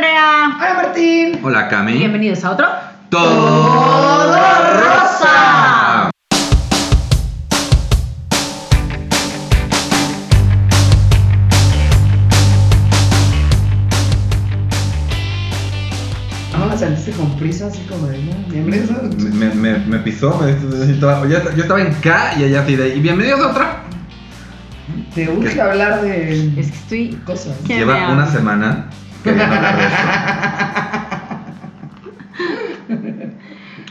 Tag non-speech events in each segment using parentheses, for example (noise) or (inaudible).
Hola Martín. Hola Cami. Bienvenidos a otro. Todo rosa. Ah, saliste con prisa, así como de. ¿no? Bienvenidos a- Me, me, me pisó, me- estaba- yo, yo estaba en K y allá así de. Y bienvenidos a otra. Te urge hablar de Es que estoy. cosas. ¿Qué me Lleva habla? una semana queriendo hablar de esto.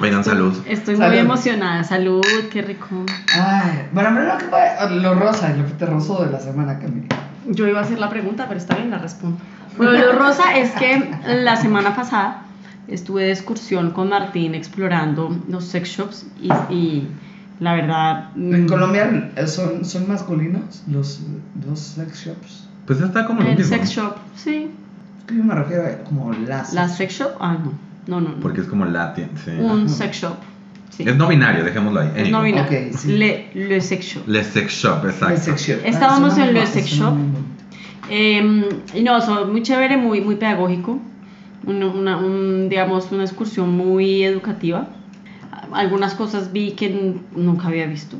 Oigan, salud. Estoy Salud. muy emocionada. Salud, qué rico. Ay, bueno, pero lo que fue Ah, lo rosa, lo que te rozó de la semana, Camila. Yo iba a hacer la pregunta, pero está bien, la respondo. Bueno, (laughs) lo rosa es que la semana pasada estuve de excursión con Martín explorando los sex shops y, y la verdad. En mm, Colombia eh, son, son masculinos los, los sex shops. Pues ya está como lo El mismo. sex shop, sí. Es que yo me refiero a como las. La sex shop, ah, no. No, no, no. Porque es como latín. Sí. Un sex shop. Sí. Es no binario, dejémoslo ahí. Es no Anyway. binario. Ok, sí. Le, le sex shop. Le sex shop, El exacto. sex shop. Ah, Estábamos suena en muy- el sex suena shop. muy bonito. Eh, y no, eso, muy chévere, muy, muy pedagógico. Una, una- un, digamos, una excursión muy educativa. Algunas cosas vi que n- nunca había visto,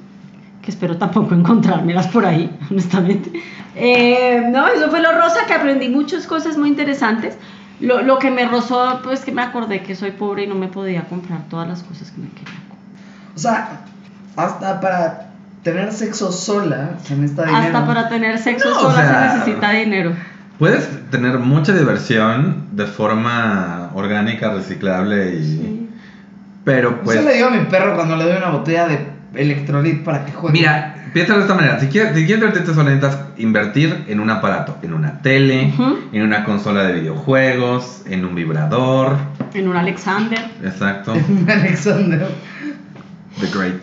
que espero tampoco (laughs) encontrármelas por ahí, honestamente. Eh, no, eso fue lo rosa, que aprendí muchas cosas muy interesantes. Lo, lo que me rozó, pues que me acordé que soy pobre y no me podía comprar todas las cosas que me quería comprar. O sea, hasta para tener sexo sola se necesita dinero. Hasta para tener sexo No, o sola sea- se necesita dinero. Puedes tener mucha diversión de forma orgánica, reciclable y. Sí. Pero Yo pues. le digo a mi perro cuando le doy una botella de electrolit para que juegue. Pues Mira, piénsalo de esta manera. Si quieres, si quieres divertirte solo necesitas invertir en un aparato, en una tele, Ujú. en una consola de videojuegos, en un vibrador. En un Alexander. Exacto. (laughs) Alexander. The Great.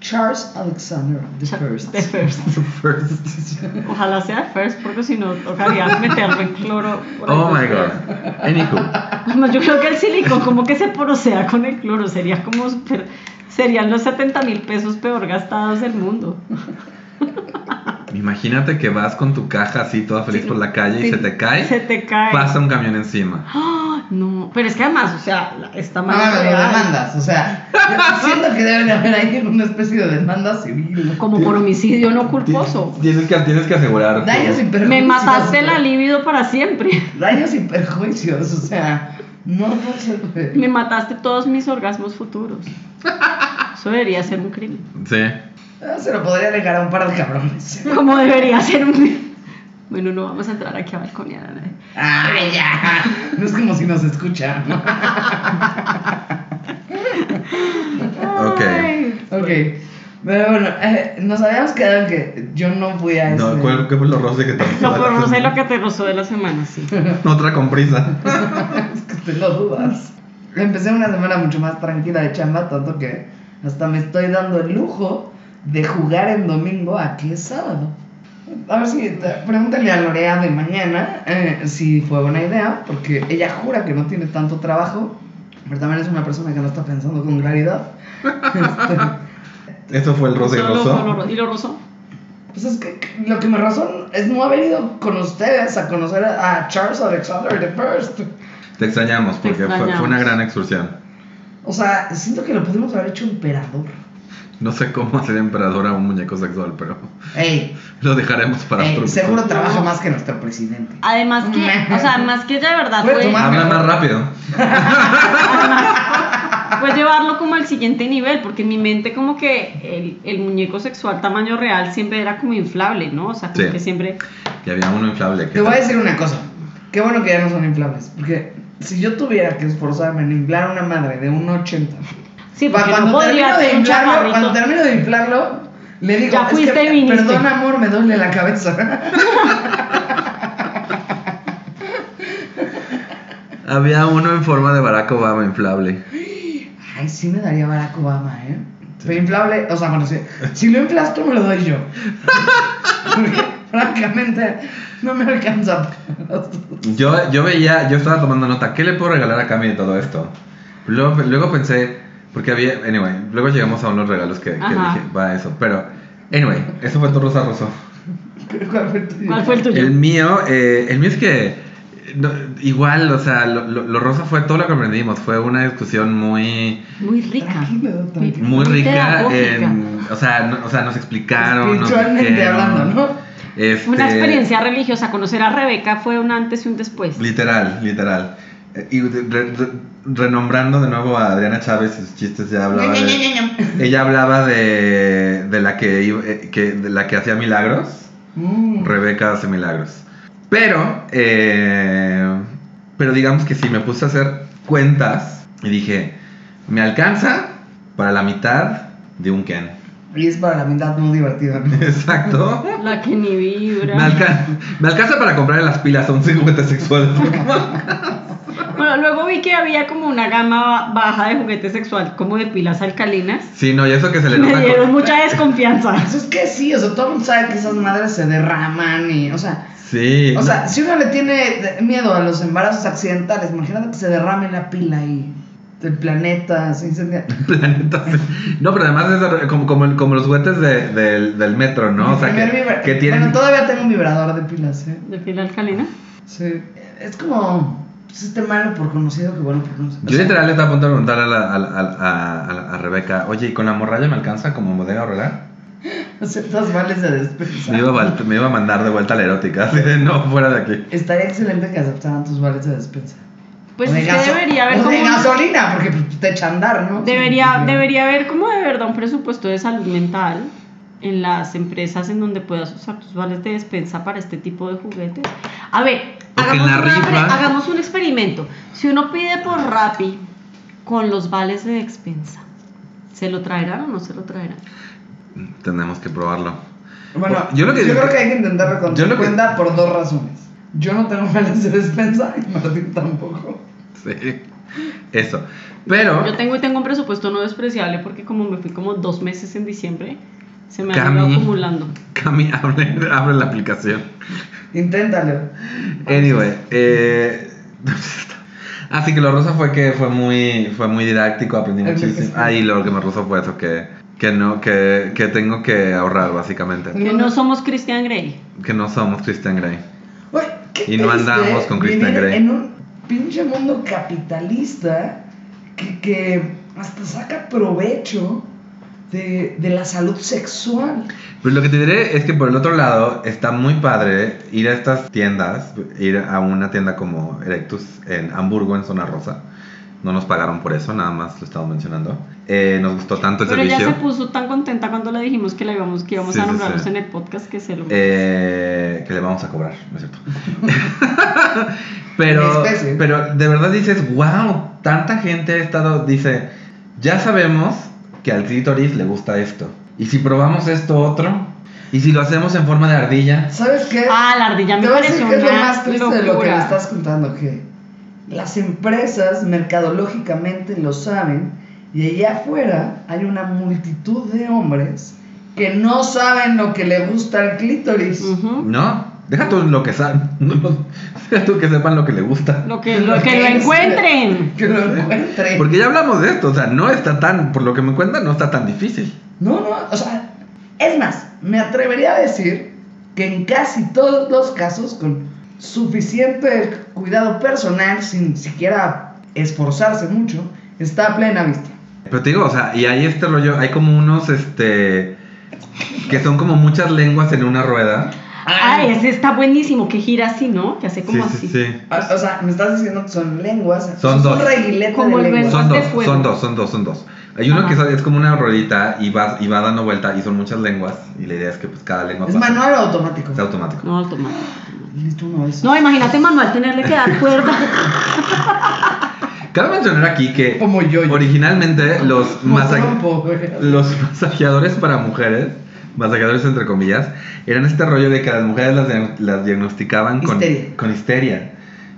Charles Alexander the Cha- First. the first. The first. Ojalá sea first, porque si no, tocaría meterlo en cloro. por Oh ahí. my god. Anywho. No, yo creo que el silicón como que se porosea con el cloro, sería como super- serían los 70 mil pesos peor gastados del mundo. Imagínate que vas con tu caja así toda feliz Sí, por la calle y sí, se te cae. Se te cae. Pasa un camión encima. ¡Ah! No, pero es que además, o sea, la- está No, mal. mames, lo real. demandas. O sea, yo siento que deben haber ahí una especie de demanda civil. como por homicidio no culposo. Tienes que, tienes que asegurar. tu- Daños sin perjuicios. Me mataste la libido para siempre. (laughs) Daños sin perjuicios. O sea, no, no se puede. Me mataste todos mis orgasmos futuros. Eso debería ser un crimen. Sí. Ah, Se lo podría dejar a un par de cabrones. (laughs) Como debería ser un... (laughs) Bueno, no vamos a entrar aquí a balconear a nadie. ¡Ay, ya! No es como si nos escucha. Ok. Ay. Ok. Pero bueno, eh, nos habíamos quedado en que yo no fui a este ese. No, ¿cuál, ¿qué fue lo rosa que te pasó? Lo por (laughs) no sé lo que te rozó de la semana, sí. Otra con prisa. Es que (laughs) te lo dudas. Empecé una semana mucho más tranquila de chamba, tanto que hasta me estoy dando el lujo de jugar en domingo a que es sábado. A ver si te- pregúntale a Lorea de mañana eh, si fue buena idea, porque ella jura que no tiene tanto trabajo, pero también es una persona que no está pensando con claridad. Eso fue el rosa que Solo- solo rozó. ro- y lo rozó. Pues es que lo que me razón es no haber ido con ustedes a conocer a Charles Alexander the First. Te extrañamos porque fue- Fue, extrañamos. una gran excursión. O sea, siento que lo pudimos haber hecho emperador. No sé cómo hacer emperador a un muñeco sexual, pero (laughs) Ey, lo dejaremos para Ey, otro Eh, seguro episodio. trabaja más que nuestro presidente. Además que, (laughs) o sea, más que de verdad Fue fue, tu Habla más rápido. fue llevarlo como al siguiente nivel, porque en mi mente como que el, el muñeco sexual tamaño real siempre era como inflable, ¿no? O sea, como Sí. que siempre... Y había uno inflable que. Te voy a decir una cosa. Qué bueno que ya no son inflables. Porque si yo tuviera que esforzarme en inflar una madre de un 80, Sí, pa- porque no cuando, podría termino de ser un inflarlo, cuando chaparrito. termino de inflarlo, le digo, Ya "Es fuiste que, y viniste". perdón amor, me duele la cabeza. (laughs) Había uno en forma de Barack Obama inflable. Ay, sí me daría Barack Obama, ¿eh? Pero inflable, o sea, bueno, si, si lo inflas tú me lo (laughs) doy yo. Porque francamente no me alcanza. (laughs) para los dos. Yo, yo veía, yo estaba tomando nota, ¿qué le puedo regalar a Cami de todo esto? Luego, luego pensé, porque había, anyway, luego llegamos a unos regalos que, que Ajá. dije, va eso, pero, anyway, eso fue todo rosa rosa. ¿Cuál fue tu- ¿Cuál fue el tuyo? El mío, eh, el mío es que no, igual, o sea, lo, lo- lo rosa fue todo lo que aprendimos. Fue una discusión muy, Muy rica. Tranquilo, tranquilo. muy Muy rica. pedagógica. en- o, sea, no- o sea, nos explicaron. nos Espiritualmente dijeron, hablando, ¿no? este, Una experiencia religiosa. Conocer a Rebeca fue un antes y un después. Literal, literal. Eh, Y de- re- re- renombrando de nuevo a Adriana Chávez, sus chistes ya hablaba de, ella hablaba de, de la que, iba- eh, que- de la que hacía milagros. Mm. Rebeca hace milagros. Pero, eh, pero digamos que sí, me puse a hacer cuentas y dije, me alcanza para la mitad de un Ken. (laughs) Y es para la mitad muy divertido, ¿no? Exacto. La que ni Me, vibra. alcan- me alcanza para comprar las pilas a un 50 sexual. Bueno, luego vi que había como una gama ba- baja de juguete sexual, como de pilas alcalinas. Sí, no, y eso que se le Me nota. con- dieron mucha desconfianza. (laughs) Eso Pues es que sí, o sea, todo el mundo sabe que esas madres se derraman y, o sea, Sí. o (laughs) no. sea, si uno le tiene de- miedo a los embarazos accidentales, imagínate que se derrame la pila y el planeta se incendia. Planeta C. No, pero además es de- como, como, como los juguetes de- del, del metro, (laughs) ¿no? Mi O sea, primer que, vibra- que tienen... Bueno, todavía tengo un vibrador de pilas, ¿eh? ¿De pila alcalina? Sí. Es como, es este malo por conocido que bueno por conocido. Yo literal le estaba a punto de preguntarle a, la- a la- a la- a la- a Rebeca, oye, ¿y con la morralla me alcanza como bodega horrera? (laughs) O sea, estos vales de despensa. Me iba, a, val- me iba a mandar de vuelta a la erótica, así de no, fuera de aquí. Estaría excelente que aceptaran tus vales de despensa. Pues O de es que gaso- debería haber o como. de una- gasolina, porque pues, te echan dar, ¿no? Debería, debería haber como de verdad un presupuesto de salud mental en las empresas en donde puedas usar tus vales de despensa para este tipo de juguetes. A ver, Porque en hagamos, la una pre- rifa- hagamos un experimento. Si uno pide por Rappi con los vales de despensa, ¿se lo traerán o no se lo traerán? Tenemos que probarlo. Bueno, Yo yo, lo que- creo que hay que intentar Yo lo que- reconciliar cuenta por dos razones. Yo no tengo vales de (laughs) despensa y Martín tampoco. Sí. Eso. Pero Yo tengo y tengo un presupuesto no despreciable porque como me fui como dos meses en diciembre, se me ha Cami. ido acumulando. Cami, (laughs) abre, abre la aplicación. Inténtalo. Anyway, eh, (laughs) así que lo rosa fue que fue muy, fue muy didáctico, aprendí Ay, muchísimo. sí. Ah, y lo que me rozó fue eso, que, que no, que, que tengo que ahorrar, básicamente. Que no somos Christian Grey. Que no somos Christian Grey. Uy, qué Y no triste andamos con vivir Christian Grey. En un pinche mundo capitalista que, que hasta saca provecho de, de la salud sexual. Pero Pues lo que te diré es que por el otro lado está muy padre ir a estas tiendas, ir a una tienda como Erectus en Hamburgo, en Zona Rosa. No nos pagaron por eso, nada más lo estamos mencionando. Eh, nos gustó tanto el Pero ella servicio. se puso tan contenta cuando le dijimos que la íbamos, que íbamos Sí, a sí, nombrarnos sí. en el podcast que se lo Eh, que le vamos a cobrar, ¿no es cierto? En pero, especie. pero de verdad dices, wow, tanta gente ha estado, dice, ya sabemos que al clítoris le gusta esto. Y si probamos esto otro, y si lo hacemos en forma de ardilla, ¿Sabes qué? Ah, la ardilla me Te voy a decir pareció que es lo una más triste locura. de lo que me estás contando, que las empresas mercadológicamente lo saben y allá afuera hay una multitud de hombres que no saben lo que le gusta al clítoris. Mm. Ujú. no, deja tú lo que (laughs) saben, deja tú que sepan lo que le gusta. Lo que lo, Lo que que lo es. encuentren. Que lo encuentren. Porque ya hablamos de esto, o sea, no está tan, por lo que me cuentan, no está tan difícil. No, no, o sea, es más, me atrevería a decir que en casi todos los casos, con suficiente cuidado personal, sin siquiera esforzarse mucho, está a plena vista. Pero te digo, o sea, y hay este rollo, hay como unos, este, que son como muchas lenguas en una rueda. Ay, ese está buenísimo, que gira así, ¿no? Que hace como así. O o sea, me estás diciendo que son lenguas. Son es dos. Un reguilete Como de el lenguas. Son de dos, fuego. son dos, son dos, son dos. Hay uno Ajá. que es, es como una ruedita y va, y va dando vuelta y son muchas lenguas y la idea es que pues cada lengua ¿Es pasa. manual o automático? Es automático. No, automático. Listo, uno de esos. No, imagínate Manuel tenerle que dar cuerda. (laughs) Cabe mencionar aquí que Como yo. yo. originalmente los, Como masa- trompo, güey. los (laughs) masajeadores para mujeres, masajeadores entre comillas, eran este rollo de que las mujeres las, dia- las diagnosticaban con Histeria. con histeria.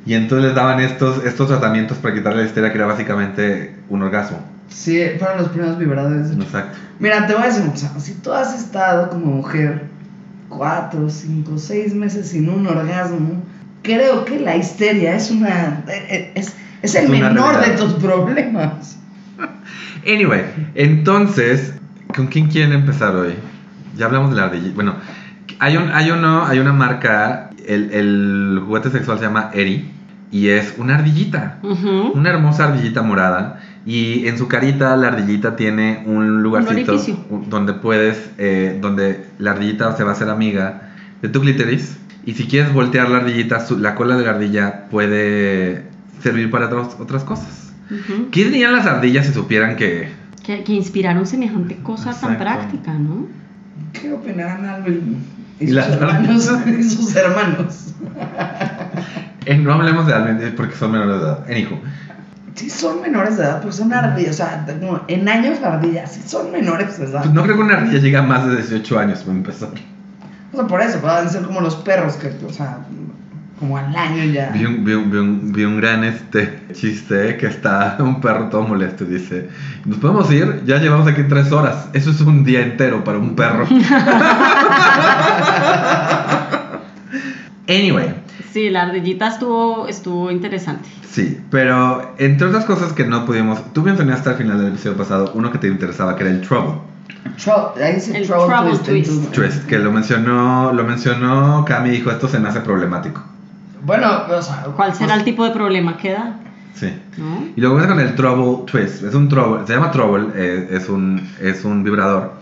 Y entonces les daban estos, estos tratamientos para quitar la histeria que era básicamente un orgasmo. Sí, fueron los primeros vibradores. de hecho. Exacto. Mira, te voy a decir una cosa. Si tú has estado como mujer cuatro, cinco, seis meses sin un orgasmo, creo que la histeria es una. eh, eh, Es, es el Es una menor de realidad. tus problemas. Anyway, entonces, ¿con quién quieren empezar hoy? Ya hablamos de la ardilla. Bueno, hay, un, hay, uno, hay una marca el, el juguete sexual se llama Eri y es una ardillita, Ujú. una hermosa ardillita morada. Y en su carita la ardillita tiene un lugarcito orificio. u- donde puedes, eh, donde la ardillita se va a hacer amiga de tu clítoris. Y si quieres voltear la ardillita, su- la cola de la ardilla puede servir para otras, otras cosas. Ujú. ¿Qué dirían las ardillas si supieran que... Que, que inspiraron semejante cosa tan Exacto. práctica, ¿no? ¿Qué opinarán Alvin y Y sus las- (laughs) hermanos? (laughs) y sus hermanos. Eh, no hablemos de alguien eh, porque son menores de edad. En hijo. Sí son menores de edad, pero son ardillas, o sea, como en años ardillas, sí son menores de edad. Pues no creo que una ardilla llegue a más de 18 años para empezar. O sea, por eso, pueden ser como los perros que, o sea, como al año ya. Vi un, vi un- vi un- vi un gran este, chiste que está (laughs) un perro todo molesto y dice, nos podemos ir, ya llevamos aquí tres horas, eso es un día entero para un perro. anyway, Sí, la ardillita estuvo, estuvo interesante. sí, pero entre otras cosas que no pudimos, tú mencionaste al final del episodio pasado uno que te interesaba, que era el Trouble. Trou- ahí dice El trouble, trouble twist. twist. entonces- Twist, que lo mencionó, lo mencionó Cami, dijo, esto se me hace problemático. Bueno, o sea, ¿Cuál será el tipo de problema que da? Sí. ¿No? Y luego comienza con el Trouble Twist. Es un trouble, se llama Trouble, eh, es, un, es un vibrador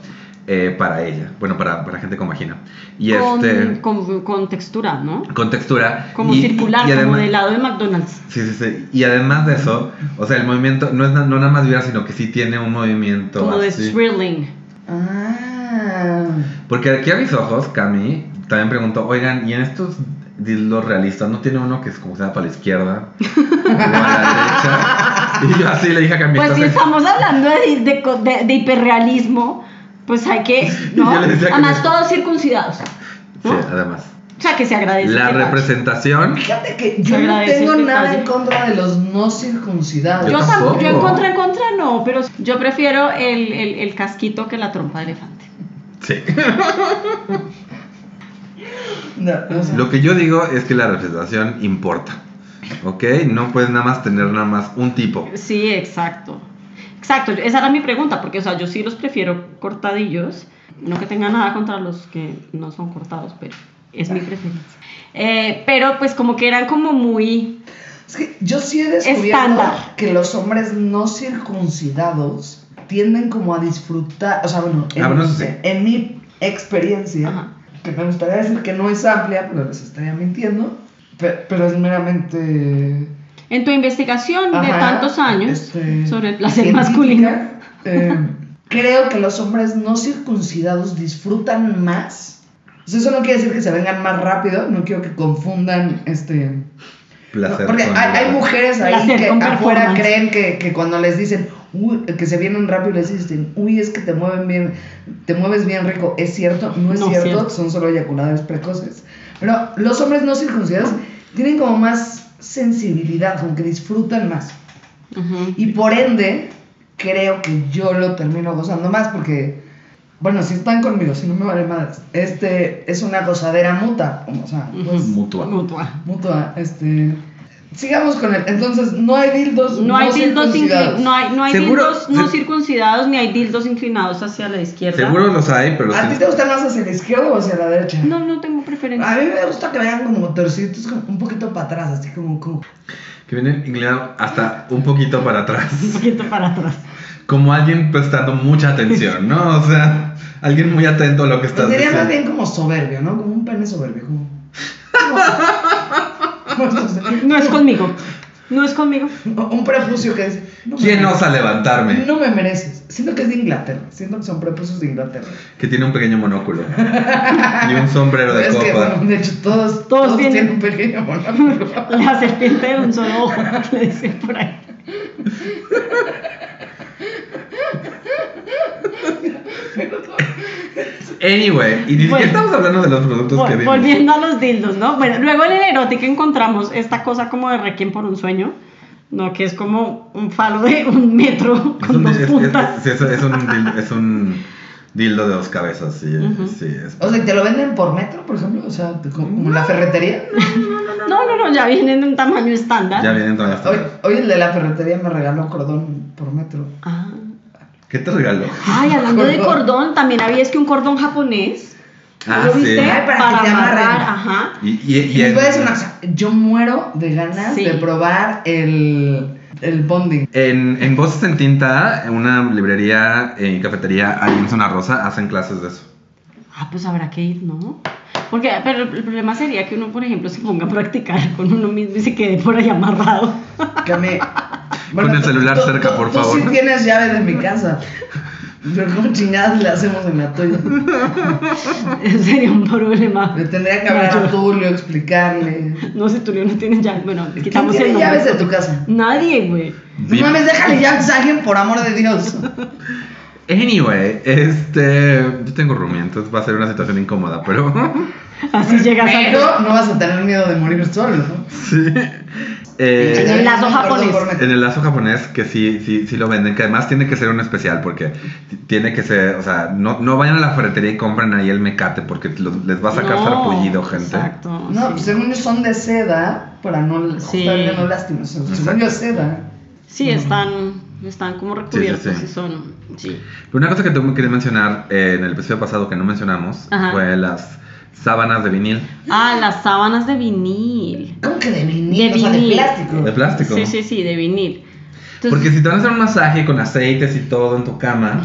eh, para ella. Bueno, para, para gente con vagina. Y con, este. con- con textura, ¿no? Con textura. Como y- circular, y como además- de lado de McDonald's. Sí, sí, sí. Y además de eso, o sea, el movimiento no es na- no nada más vibra, sino que sí tiene un movimiento. Como de así. thrilling. Ah. Porque aquí a mis ojos, Cami también preguntó, oigan, ¿y en estos dildos realistas no tiene uno que es como sea para la izquierda? o a (laughs) la derecha. Y yo así le dije a Cami, Pues "Estás si ex- estamos hablando de, de co- de- de hiperrealismo, pues hay que, ¿no? (laughs) Yo le decía que Además, me- todos circuncidados. Sí, ¿no? además. O sea, que se agradece. La que vaya. representación. Fíjate que Se yo no agradece tengo el nada detalle. en contra de los no circuncidados. Yo, Yo tam- yo en tampoco. contra, en contra no, pero yo prefiero el, el- el casquito que la trompa de elefante. Sí. No, o sea, Lo que yo digo es que la representación importa. ¿Ok? No puedes nada más tener nada más un tipo. Sí, exacto. Exacto, esa era mi pregunta, porque, o sea, yo sí los prefiero cortadillos. No que tenga nada contra los que no son cortados, pero es mi preferencia. Eh, pero pues como que eran como muy... es que yo sí he descubierto Estándar. que los hombres no circuncidados tienden como a disfrutar, o sea, bueno, en, Ah, bueno, eso sí. en mi experiencia, Ajá. que me gustaría decir que no es amplia, pero les estaría mintiendo, pe- pero, es meramente... En tu investigación de Ajá, tantos años este, sobre el placer científica, masculino, eh, creo que los hombres no circuncidados disfrutan más. O sea, eso no quiere decir que se vengan más rápido, no quiero que confundan este... No, Placer. porque con- hay, hay mujeres ahí Placer que con afuera performance. creen que, que cuando les dicen uy, que se vienen rápido les dicen uy es que te mueven bien te mueves bien rico es cierto no es No es cierto, cierto. son solo eyaculadores precoces pero los hombres no circuncidados tienen como más sensibilidad como que disfrutan más Ujú. y por ende creo que yo lo termino gozando más porque bueno si están conmigo si no me vale más este es una gozadera muta o sea pues, Ujú. Mutua. Mutua. Mutua, este. Sigamos con él. Entonces, Pues, no hay dildos. No hay dildos circuncidados. inclin- no hay, no hay Seguro- dildos no se- circuncidados ni hay dildos inclinados hacia la izquierda. Seguro los hay, pero ¿A ti sí. te gustan más hacia la izquierda o hacia la derecha? No, no tengo A preferencia. mí me gusta que vayan como torcitos, como un poquito para atrás, así como. como... Que vienen inclinados hasta un poquito para atrás. Un poquito para atrás. Como alguien prestando mucha atención, ¿no? O sea, alguien muy atento a lo que Pues estás diría más diciendo. bien como soberbio, ¿no? Como un pene soberbio. Como... como- (laughs) no sé, No es conmigo. No es conmigo. un prepucio que dice. No me ¿Quién mereces, osa levantarme? No me mereces. Siento que es de Inglaterra. Siento que son prepucios de Inglaterra. Que tiene un pequeño monóculo. y un sombrero (laughs) de es que, copa. bueno, de hecho, todos, todos, tienen- tienen un pequeño monóculo. (laughs) La serpiente de un solo ojo, (laughs) le dicen por ahí. Anyway, y ni siquiera Bueno. estamos hablando de los productos Vol- que vimos. volviendo a los dildos, ¿no? Bueno, luego en el erótico encontramos esta cosa como de Requiem por un sueño, ¿no? Que es como un falo de (laughs) un metro Es con un, dos es- es- puntas. es- es- es un dildo, es un dildo de dos cabezas, sí. Ujú. sí, es- O sea, ¿y ¿te lo venden por metro, por ejemplo? O sea, te- como como la ferretería. No, no, no, ya vienen en un tamaño estándar. ya vienen todas (laughs) las Hoy, tablas. hoy el de la ferretería me regaló cordón por metro. Ah. ¿Qué te regaló? Ay, hablando de Cordón. cordón, también había es que un cordón japonés Ah, ¿Lo sí. viste? Ay, para Para, que te amarrar, amarren. ajá. Y, y, y- Y les voy a decir una cosa, yo muero de ganas Sí. de probar el, el bonding. En, en Voces en Tinta, en una librería y cafetería ahí en Zona Rosa, hacen clases de eso. Ah, pues habrá que ir, ¿no? Porque, pero el problema sería que uno, por ejemplo, se ponga a practicar con uno mismo y se quede por ahí amarrado. Que (laughs) me... Con el celular cerca, por tú favor. sí tienes llave de mi casa. Yo como chingadas le hacemos en la tuya. (laughs) sería un problema. Le tendría que hablar a Tulio, explicarle. No sé, tú Leo, no tienes llaves. Bueno, ¿Quién quitamos el tiene nombre. llaves de tu casa? Nadie, güey. No mames, déjale llaves a alguien, por amor de Dios. Anyway, este. Yo tengo rumiantes, va a ser una situación incómoda, pero. (laughs) Así llegas a... Pero no vas a tener miedo de morir solo, ¿no? sí. Eh, En el lazo japonés. En el lazo japonés que sí, sí, sí lo venden, que además tiene que ser un especial porque t- tiene que ser, o sea, no, no vayan a la ferretería y compren ahí el mecate porque los- les va a sacar No, sarpullido, gente. Exacto. No, sí. pues según yo son de seda para no, Sí. justamente no lastimar. Según yo es seda. Sí, están, están como recubiertos sí. y son. Sí. Pero una cosa que tengo quería mencionar eh, en el episodio pasado que no mencionamos Ajá. fue las sábanas de vinil, Ah, las sábanas de vinil. ¿Cómo que de vinil? De o sea, vinil. de plástico. de plástico. Sí, sí, sí, de vinil. Entonces, Porque si te van a hacer un masaje con aceites y todo en tu cama,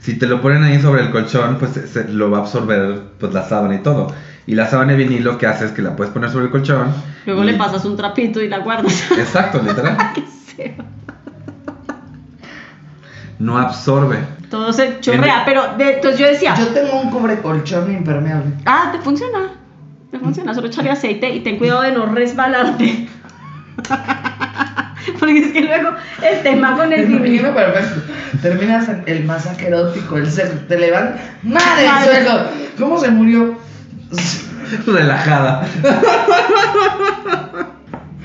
si te lo ponen ahí sobre el colchón, pues se- se- lo va a absorber pues la sábana y todo. Y la sábana de vinil lo que hace es que la puedes poner sobre el colchón. luego y- le pasas un trapito y la guardas. (laughs) Exacto, literal. Que se- No absorbe. Todo se chorrea, En- pero de- entonces yo decía, Yo tengo un cobre colchón impermeable. ah, te funciona. Te funciona, solo echarle aceite y ten cuidado de no resbalarte. (laughs) Porque es que luego el tema con (laughs) el El vinil. vinilo perfecto. Terminas en el masaje erótico, el sexo, te levantas. ¡Madre del Madre. suelo! ¿Cómo se murió? (laughs) Relajada.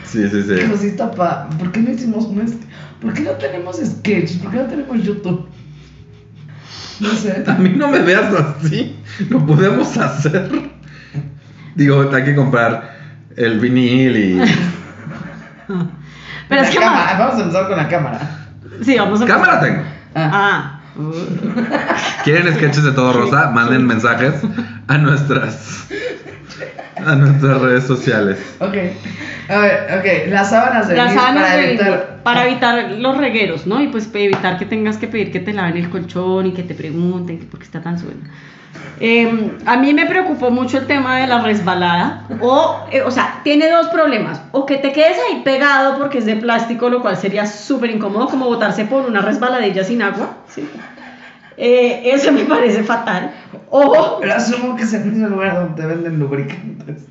Sí, sí, ¿Qué sí. cosita pa? ¿Por qué no hicimos un sketch? ¿Por qué no tenemos sketch? ¿Por qué no tenemos YouTube? No sé. A mí no me veas así. Lo podemos hacer. Digo, hay que comprar el vinil y. Pero la es que. cámara. Vamos a empezar con la cámara. Sí, vamos a. ¡Cámara tengo! Ah, Ah. uh. ¿Quieren sketches de todo rosa? Manden mensajes a nuestras. a nuestras redes sociales. ok. A ver, ok. Las sábanas de Las vinil sábanas para de vinil, evitar. para evitar los regueros, ¿no? Y pues pe- evitar que tengas que pedir que te laven el colchón y que te pregunten que por qué está tan suena. Em, a mí me preocupó mucho el tema de la resbalada. O, eh, o sea, tiene dos problemas. O que te quedes ahí pegado porque es de plástico, lo cual sería súper incómodo, como botarse por una resbaladilla sin agua. ¿sí? Eh, eso me parece fatal. O Pero asumo que es el mismo lugar donde te venden lubricantes.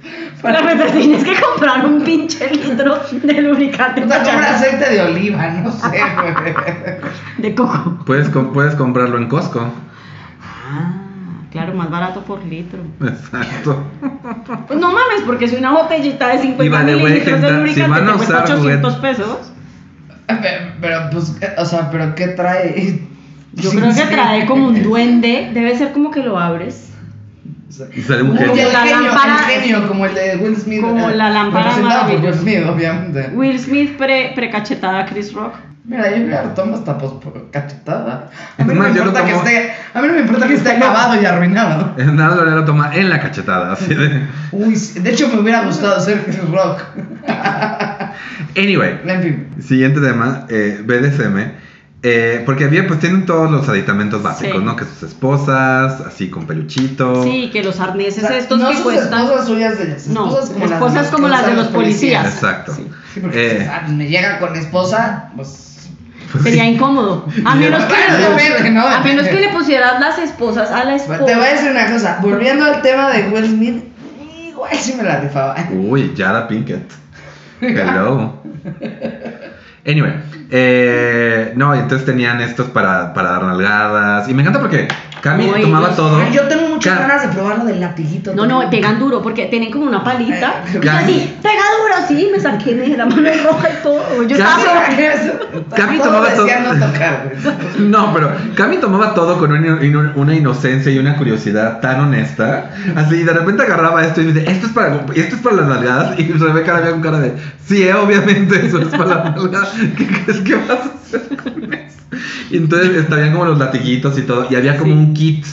Para realmente tienes que comprar un pinche litro de lubricante Puta, para compra echar aceite de oliva, no sé, güey. de coco. Puedes, com- puedes comprarlo en Costco. Ah, claro, más barato por (laughs) litro. Exacto. Pues no mames, porque si una botellita de 50 Y by the way, mililitros gente, de si lubricante van a te cuesta usar 800 pesos, Pero, pero, pues, ¿qué? o sea, pero ¿qué trae? yo Sí, creo que sí. trae como un duende. Debe ser como que lo abres. O sea, Y sale un Como Como genio. el la genio, lámpara- el genio, como el de Will Smith. como la lámpara representado por pues, Will maravillosa. Smith, obviamente. Will Smith pre- precachetada a Chris Rock. Mira, yo me tomo hasta pos por cachetada. A mí, Es no me más, yo lo importa que tomo- esté, a mí no me importa que esté acabado y arruinado. Hernán Lorea lo toma en la cachetada, así de. Uy, sí, de hecho me hubiera gustado ser Chris Rock. Anyway, En fin. siguiente tema, eh, BDSM. eh, porque bien, pues tienen todos los aditamentos básicos, Sí. ¿no? Que sus esposas, así con peluchito. Sí, que los O arneses sea, estos no que sus cuestan. esposas suyas de ellas. No, esposas como, esposas las, como que las de usan los policías. Exacto. Sí. Sí, porque Eh. ah, pues, me llega con esposa, pues. Sería incómodo. A Y menos, que, Bueno, depende, ¿no? a menos que Depende. le pusieras las esposas a la Te voy a esposa. decir una cosa, volviendo al tema de Will Smith, igual sí me la rifaba. Uy, Jada Pinkett. Hello. Anyway, eh, no, entonces tenían estos para, para dar nalgadas. Y me encanta porque Cami Uy, tomaba los- todo. Ay, yo tengo muchas Ca- ganas de probarlo del latiguito. No, (laughs) no, pegan duro porque tienen como una palita. Eh, Y yo así, pega duro, sí, me saqué me dejé la mano roja y todo. Yo Ya estaba sé. Cami Todos tomaba todo. decían no tocar, güey. (laughs) No, pero Cami tomaba todo con una, ino- una inocencia y una curiosidad tan honesta. Así, y de repente agarraba esto y dice, esto es para, esto es para las nalgadas. Y Rebeca la veía con cara de, sí, eh, obviamente, eso es para las nalgadas. (laughs) ¿Qué crees que vas a hacer con eso? Y entonces estaban como los latiguitos y todo. Y había como Sí. un kit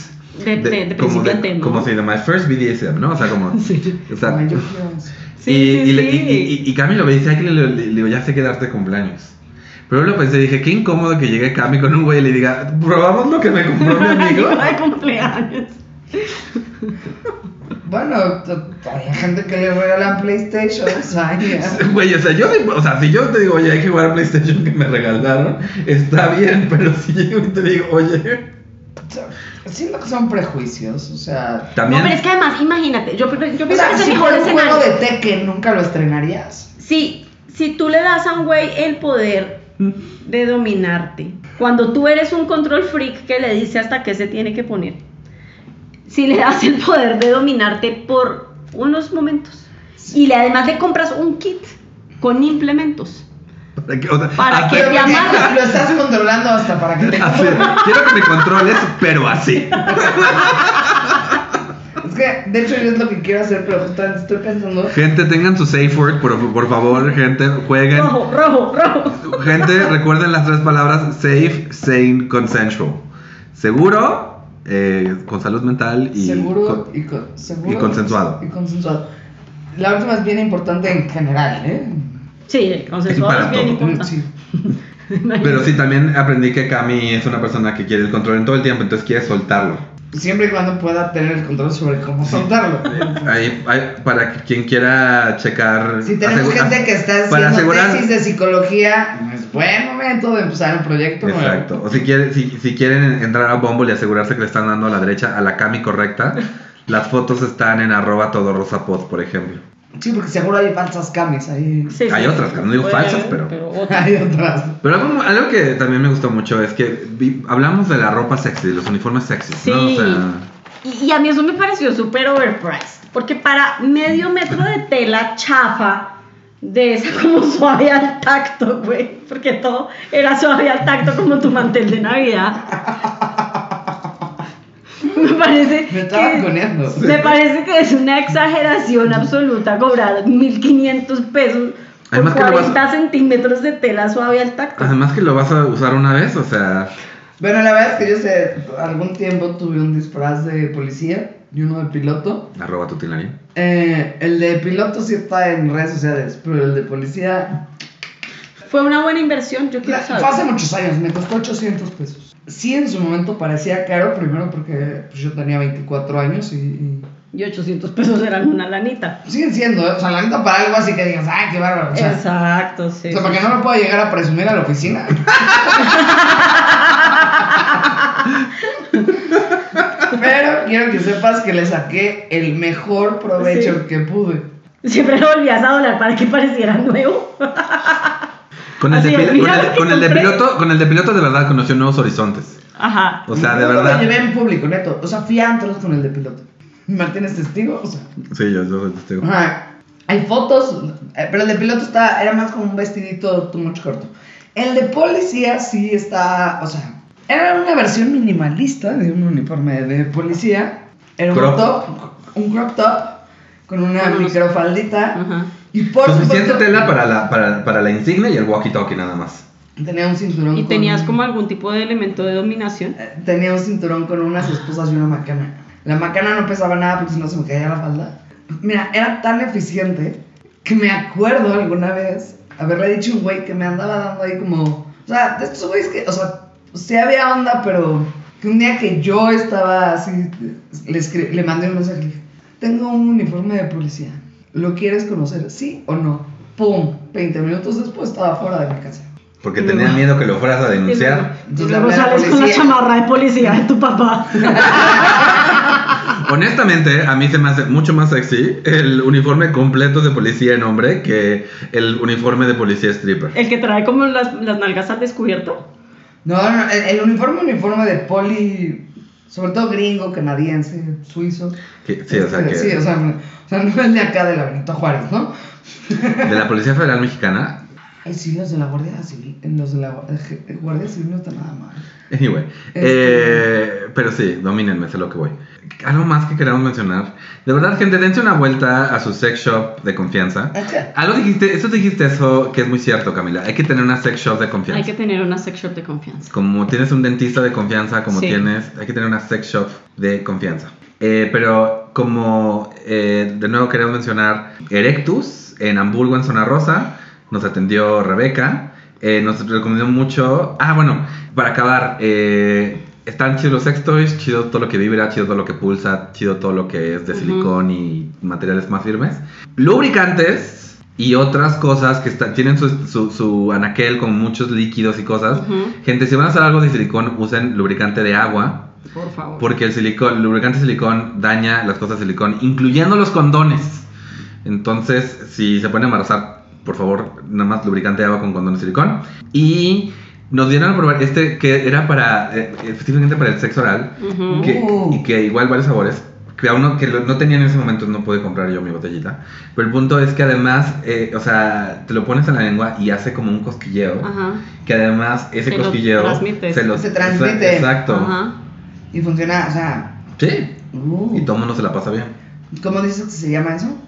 de, de, de como, principio de- a tema. como si de My First BDSM, ¿no? O sea, (laughs) como. o sea, Ay, yo quiero eso. Sí, y, sí, y le- sí. y- y- y Cami lo ve y dice, ay, que le, le- le digo, ya sé que darte cumpleaños. Pero luego lo pensé, dije, qué incómodo que llegue Cami con un güey y le diga, probamos lo que me compró (laughs) mi amigo. de cumpleaños. Bueno, t- hay gente que le regalan PlayStation, o sea, ya. (laughs) Güey, o sea, yo, sí- o sea, si yo te digo, oye, hay que jugar a PlayStation que me regalaron, está bien, (laughs) pero si llego y te digo, oye, Siento que son prejuicios, o sea. también... No, pero es que además, imagínate, yo, yo pienso O sea, que es el si mejor por un escenario. juego de Tekken nunca lo estrenarías. Si, si tú le das a un güey el poder de dominarte, cuando tú eres un control freak que le dice hasta qué se tiene que poner, si le das el poder de dominarte por unos momentos y le, además le compras un kit con implementos, ¿Para qué? O sea, Para hasta- que te porque amarra. Lo estás controlando hasta para que te. (laughs) así, quiero que me controles, pero así. (laughs) Es que, de hecho, yo es lo que quiero hacer, pero justamente estoy pensando. Gente, tengan su safe word, por, por favor, gente, jueguen. rojo, rojo, rojo. Gente, recuerden las tres palabras safe, sane, consensual. Seguro, eh, con salud mental y... seguro, con- y, con- seguro y consensuado. Y consensuado. La última es bien importante en general, ¿eh? Sí, el consensuado para es bien todo. importante. Sí. pero sí, también aprendí que Cami es una persona que quiere el control en todo el tiempo, entonces quiere soltarlo. Siempre y cuando pueda tener el control sobre cómo soltarlo. Ahí- ahí- para que quien quiera checar... (laughs) Si tenemos asegura- gente que está para haciendo asegurar, tesis de psicología, es buen momento de empezar un proyecto nuevo. Exacto. O si, quiere- si, si quieren entrar a Bumble y asegurarse que le están dando a la derecha a la Cami correcta, las fotos están en arroba todo rosa pod, por ejemplo. Sí, porque seguro hay falsas camis ahí. (laughs) Sí, Hay otras, no digo Puede falsas, haber, pero- otras. Hay otras. Pero algo, algo que también me gustó mucho es que vi- hablamos de la ropa sexy, de los uniformes sexy, ¿no? O Sí. sea, Y, y a mí eso me pareció súper overpriced. Porque para medio metro de tela chafa, de esa (laughs) como suave al tacto, güey. Porque todo era suave al tacto como tu mantel de Navidad. (laughs) Me parece. Me estaba que- coneando. me parece que es una exageración absoluta cobrar 1500 pesos por Además que lo vas- 40 centímetros de tela suave al tacto. además que lo vas a usar una vez, o sea, Bueno, la verdad es que yo sé, algún tiempo tuve un disfraz de policía y uno de piloto. arroba tu tinaria. Eh, el de piloto sí está en redes sociales, pero el de policía Fue una buena inversión, yo La- quiero fue saber. hace muchos años, me costó 800 pesos. Sí, en su momento parecía caro, primero porque pues, yo tenía 24 años y, y- Y 800 pesos eran una lanita. siguen siendo, ¿eh? o sea, la neta para algo así que digas, ah, qué bárbaro. O sea, Exacto, sí. o sea, para que no lo pueda llegar a presumir a la oficina. Pero quiero que sepas que le saqué el mejor provecho Sí. que pude. Siempre lo volvías a dolar para que pareciera nuevo. Con el, Así de, es, pil- mira con lo el, que con el de compré. piloto, con el de piloto de verdad conoció nuevos horizontes. Ajá. O sea, de Nunca verdad. Lo llevé en público, neto. O sea, fui a antros con el de piloto. Martín es testigo, o sea. Sí, yo, yo soy testigo. Ajá. Hay fotos, eh, pero el de piloto está, era más como un vestidito too much corto. El de policía sí está, o sea, era una versión minimalista de un uniforme de policía. Era un Crop. top, un crop top con una Con unos- microfaldita. Ajá. Y por Suficiente supuesto, tela para la, para, para la insignia y el walkie-talkie nada más. tenía un cinturón. ¿Y con- tenías como algún tipo de elemento de dominación? eh, Tenía un cinturón con unas esposas y una macana. La macana no pesaba nada porque si no se me caía la falda. Mira, era tan eficiente que me acuerdo alguna vez haberle dicho a un güey que me andaba dando ahí como. O sea, de estos güeyes que. O sea, sí había onda, pero. Que un día que yo estaba así, le, escri- le mandé un mensaje. le dije, Tengo un uniforme de policía. ¿Lo quieres conocer? ¿Sí o no? ¡Pum! 20 minutos después estaba fuera de mi casa. Porque Y tenía luego- miedo que lo fueras a denunciar. Y luego Entonces le hablé a la sales con la policía. chamarra de policía de tu (laughs) papá. Honestamente, a mí se me hace mucho más sexy el uniforme completo de policía en hombre que el uniforme de policía stripper. El que trae como las, las nalgas al descubierto. No, no, el, el uniforme, uniforme de poli, sobre todo gringo, canadiense, suizo. Que- sí, o sea, Este, que Sí, o sea, no- o sea, no es de acá de la Benito Juárez, ¿no? de la Policía Federal Mexicana, Ay, sí, los de la Guardia Civil. Los de la Guardia- Guardia Civil no están nada mal. Anyway, Este. eh, pero sí, domínenme, sé lo que voy. Algo más que queramos mencionar. De verdad, gente, dense una vuelta a su sex shop de Eh. confianza. Ajá. Algo dijiste, eso dijiste eso que es muy cierto, Camila. Hay que tener una sex shop de confianza. Hay que tener una sex shop de confianza. Como tienes un dentista de confianza, como Sí. tienes, hay que tener una sex shop de confianza. Eh, pero como eh, de nuevo queremos mencionar Erectus en Hamburgo, en Zona Rosa, nos atendió Rebeca, eh, nos recomendó mucho. Ah, bueno, para acabar, eh, están chidos los sex toys, chido todo lo que vibra, chido todo lo que pulsa, chido todo lo que es de Ujú. silicón y materiales más firmes. Lubricantes y otras cosas que están- tienen su, su- su anaquel con muchos líquidos y cosas. Ujú, Gente, si van a usar algo de silicón, usen lubricante de agua, Por favor. porque el, silicón, el lubricante de silicón daña las cosas de silicón, incluyendo los condones. Entonces, si se pueden embarazar, por favor, nada más lubricante de agua con condón de silicón. Y nos dieron a probar este que era para, eh, específicamente para el sexo oral, Ujú. que- Uh. y que igual varios sabores. Que aún no, que lo- no tenía en ese momento, no pude comprar yo mi botellita. Pero el punto es que además, eh, o sea, te lo pones en la lengua y hace como un cosquilleo Ajá. que además ese Se lo cosquilleo transmite. se, lo, Se transmite. Exacto. Ajá. Y funciona, o sea. Sí. uh. Y todo el mundo se la pasa bien. ¿Cómo dices que se llama eso?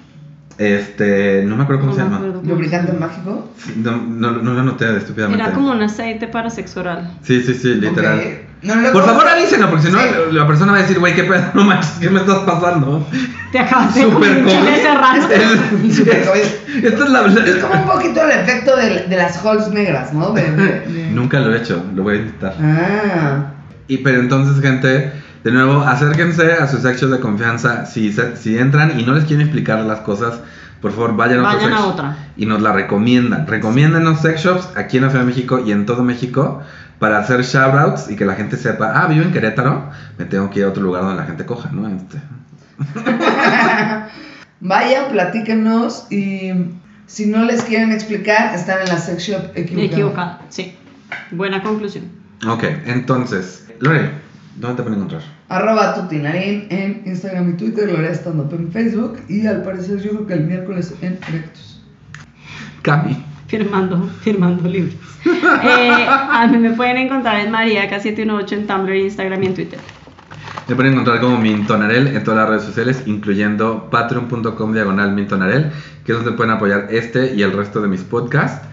Este, no me acuerdo cómo No me se llama. acuerdo cómo ¿Lubricante se llama. mágico? Sí, No, no, no lo anoté estúpidamente. Era como un aceite para sexo oral. Sí, sí, sí, literal. Ok. No, luego- Por favor, avísenlo, porque si no, Sí. la persona va a decir, güey, qué pedo, (laughs) no manches, ¿qué me estás pasando? Te acabas de comer Súper un chile serrano. (laughs) COVID. (laughs) Es- Súper COVID. es- Esta es la. Es como un poquito el efecto de, de las halls negras, ¿no? De- de- (laughs) de- Nunca lo he hecho, lo voy a intentar. Ah. Y pero entonces, gente, de nuevo, acérquense a sus sexos de confianza. Si, se- si entran y no les quieren explicar las cosas, por favor, vayan a otro Vayan sex a shop otra. Y nos la recomiendan. Recomiéndanos sex shops aquí en la Ciudad de México y en todo México para hacer shoutouts y que la gente sepa, ah, vivo en Querétaro, me tengo que ir a otro lugar donde la gente coja, ¿no? Este, Vayan, platíquenos y si no les quieren explicar, están en la sex shop equivocada. Equivocada. Sí. Buena conclusión. Ok, entonces, Lore, ¿dónde te pueden encontrar? Arroba tutinarín en Instagram y Twitter, Lorea Stand Up en Facebook y al parecer yo creo que el miércoles en Rectus. Cami. Firmando, firmando libros. Eh, a mí me pueden encontrar en mariaca718 en Tumblr, Instagram y en Twitter. Me pueden encontrar como Mintonarel en todas las redes sociales, incluyendo patreon.com diagonal Mintonarel, que es donde pueden apoyar este y el resto de mis podcasts.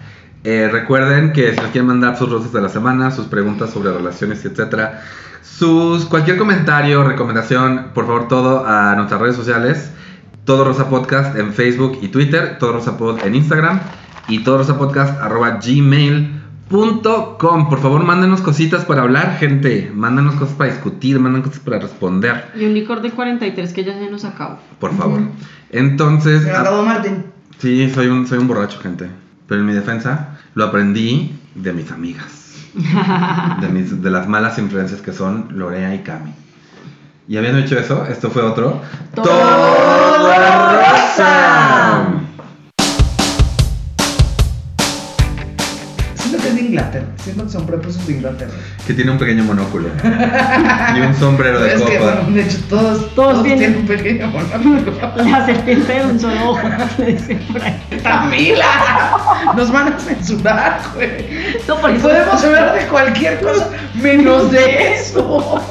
Eh, recuerden que si les quieren mandar sus rosas de la semana, sus preguntas sobre relaciones, etcétera, sus cualquier comentario, recomendación, por favor todo a nuestras redes sociales, todo Rosa Podcast en Facebook y Twitter, todo Rosa Pod en Instagram y todo Rosa Podcast arroba gmail.com. Por favor, mándenos cositas para hablar, gente. Mándenos cosas para discutir, mándenos cosas para responder, Y un licor del 43 que ya se nos acabó. por favor. Entonces, Se me a- acabó Martín. sí, soy un, soy un borracho, gente. Pero en mi defensa, lo aprendí de mis amigas. De, mis, de las malas influencias que son Lorea y Cami. Y habiendo dicho eso, esto fue otro. Todo Rosa. Siento que es de Inglaterra. Siento que son prepuestos de Inglaterra. Que tiene un pequeño monóculo. y un sombrero de es que, copa. bueno, de hecho, todos, vienen- tienen un pequeño monólogo. La serpiente de un solo ojo, (laughs) le dicen por ahí. ¡Camila! Nos van a censurar, güey. No, por eso- Podemos hablar de cualquier cosa menos de eso.